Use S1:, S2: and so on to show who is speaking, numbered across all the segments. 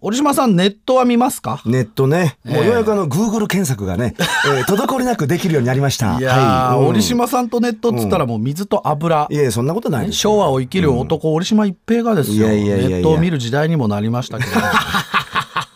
S1: 折島さんネットは見ますか
S2: ネットね、も
S1: え
S2: う
S1: え
S2: ようやくあの Google 検索 がね、えー滞りなくできるようになりました。
S1: いやー、
S2: はいうん
S1: 折島さんとネットっつったらもう水と油、
S2: いやいやそんなことないですよ
S1: 昭和を生きる男、折島一平がですよ
S2: いやいやいやい
S1: ネ
S2: や
S1: ットを見る時代にもなりま したけど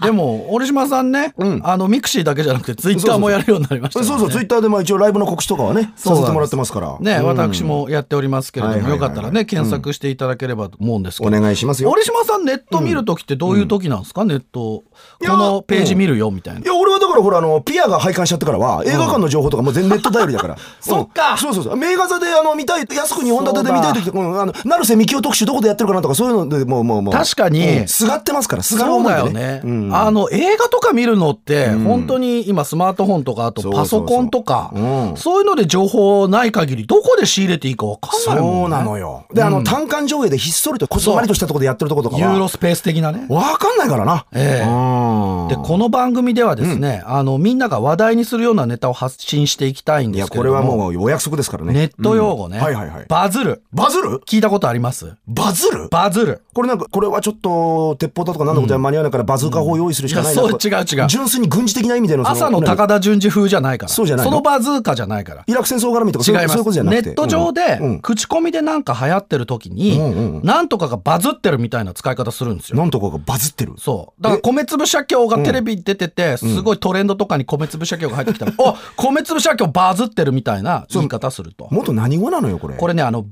S1: でも折島さんね、あのミクシーだけじゃなくてツイッターもやるようになりました
S2: そ
S1: か
S2: う
S1: らね
S2: そう、ツイッターでも一応ライブの告知とかはね、させてもらってますから。
S1: ね、
S2: うん
S1: 私もやっておりますけれども、
S2: はいはいはい
S1: よかったらね検索していただければと思うんですけど、
S2: お願いしますよ。
S1: 折島さんネット見るときってどういうときなんですか、ネット
S2: いや。
S1: このページ見るよみたいない
S2: や、俺はだからほら、あの、ピアが廃刊しちゃってからは、映画館の情報とかもう全ネット頼りだから。
S1: そっか
S2: うんそうそうそう。名画座で、あの、見たい、安く日本立てで見たいとき、うんあの、成瀬幹夫特集どこでやってるかなとか、そういうので、もう、もう、もう。
S1: 確かに
S2: うんすがってますから、すがる
S1: そう
S2: 思い
S1: だ
S2: で
S1: よ
S2: ね。
S1: ね、
S2: うん
S1: あの映画とか見るのって本当に今スマートフォンとかあと
S2: そうそ
S1: パ
S2: うそう
S1: ソコンとか
S2: うん
S1: そういうので情報ない限りどこで仕入れていいか分かんない
S2: そ
S1: も
S2: うん
S1: ね
S2: なのよ。で、あの、単館上映でひっそりと、こそまりとしたところでやってるとことか
S1: ユーロ
S2: は、
S1: スペース的なね
S2: わかんないからな。
S1: ええ
S2: うん
S1: でこの番組ではですね、あのみんなが話題にするようなネタを発信していきたいん
S2: い
S1: で
S2: や、
S1: すけれ
S2: こ
S1: ど
S2: れ
S1: も
S2: はもうお約束ですからね。
S1: ネット用語ね、
S2: うんはいはいはい
S1: バズる
S2: バズる
S1: 聞いたことあります
S2: バズる
S1: バズる
S2: これなんか、これはちょっと、鉄砲だとか何のことは間に合わないから、バズーカ砲用意するしかないなとか
S1: いやそう違う違う
S2: 純粋に軍事的な意味でのそ
S1: 朝の高田純次風じゃないから
S2: そうじゃないの
S1: のバズーカじゃないから
S2: イラク戦争絡みとか、そう
S1: 違
S2: い
S1: いうま
S2: そういうことじ
S1: す
S2: ゃな
S1: ネ
S2: くて。
S1: ット上で
S2: うんうん
S1: 口コミでなんか流行ってる時に、
S2: うんうんうん
S1: なんとかがバズってるみたいな使い方するんですよ。
S2: なんとかがバズってる。
S1: そうだから米粒社協がテレビに出てて、すごいトレンドとかに米粒社協が入ってきた ら「お米粒社協バズってる」みたいな言い方すると
S2: もっと何語なのよ、これ。
S1: これねあの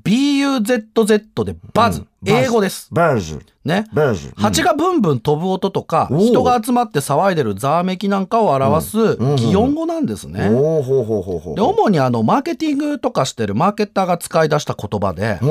S1: BUZZ でバズ、
S2: バズ
S1: 英語です
S2: バズ。
S1: ね
S2: バズ。
S1: 蜂がブンブン飛ぶ音とか、
S2: おー
S1: 人が集まって騒いでるざわめきなんかを表す擬音語なんですね。
S2: おおほうほうほうほう。
S1: で主にあのマーケティングとかしてるマーケッターが使い出した言葉で、
S2: うん。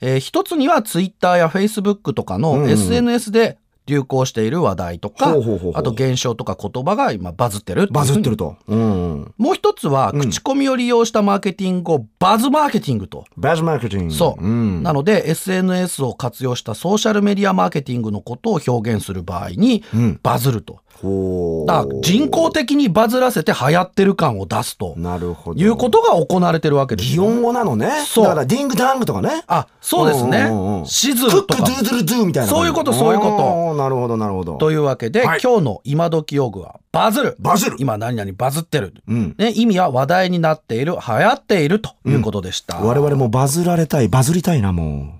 S1: えー一つにはツイッターやフェイスブックとか
S2: うんう
S1: の
S2: ん
S1: SNS で流行している話題とか、
S2: ほうほうほうほう
S1: あと現象とか言葉が今バズってる
S2: バズってる
S1: と。
S2: と。うん。
S1: もう一つは
S2: うん
S1: 口コミを利用したマーケティングをバズマーケティングと。
S2: バズマーケティング。
S1: そう
S2: うん。
S1: なので SNS を活用したソーシャルメディアマーケティングのことを表現する場合に
S2: うん。
S1: バズると。
S2: ほう。
S1: だから人工的にバズらせて流行ってる感を出すと
S2: なるほど。
S1: いうことが行われてるわけです
S2: 擬
S1: よ。
S2: 音語なのね。
S1: そう
S2: だから、ディングダングとかね。
S1: あ、そうですね
S2: うんうんう。ん
S1: シズ
S2: ク
S1: ル
S2: ッ
S1: と
S2: クド
S1: か
S2: ゥ。ードゥルドゥみたいな感じ。
S1: そういうことそういうこと
S2: おー。なるほど、なるほど。
S1: というわけで、
S2: はい
S1: 今日の今時用具はバズる。
S2: バズる
S1: 今何々バズってる。
S2: うん。
S1: ね、意味は話題になっている、流行っているということでした。
S2: 我々もバズられたい、バズりたいな、もう。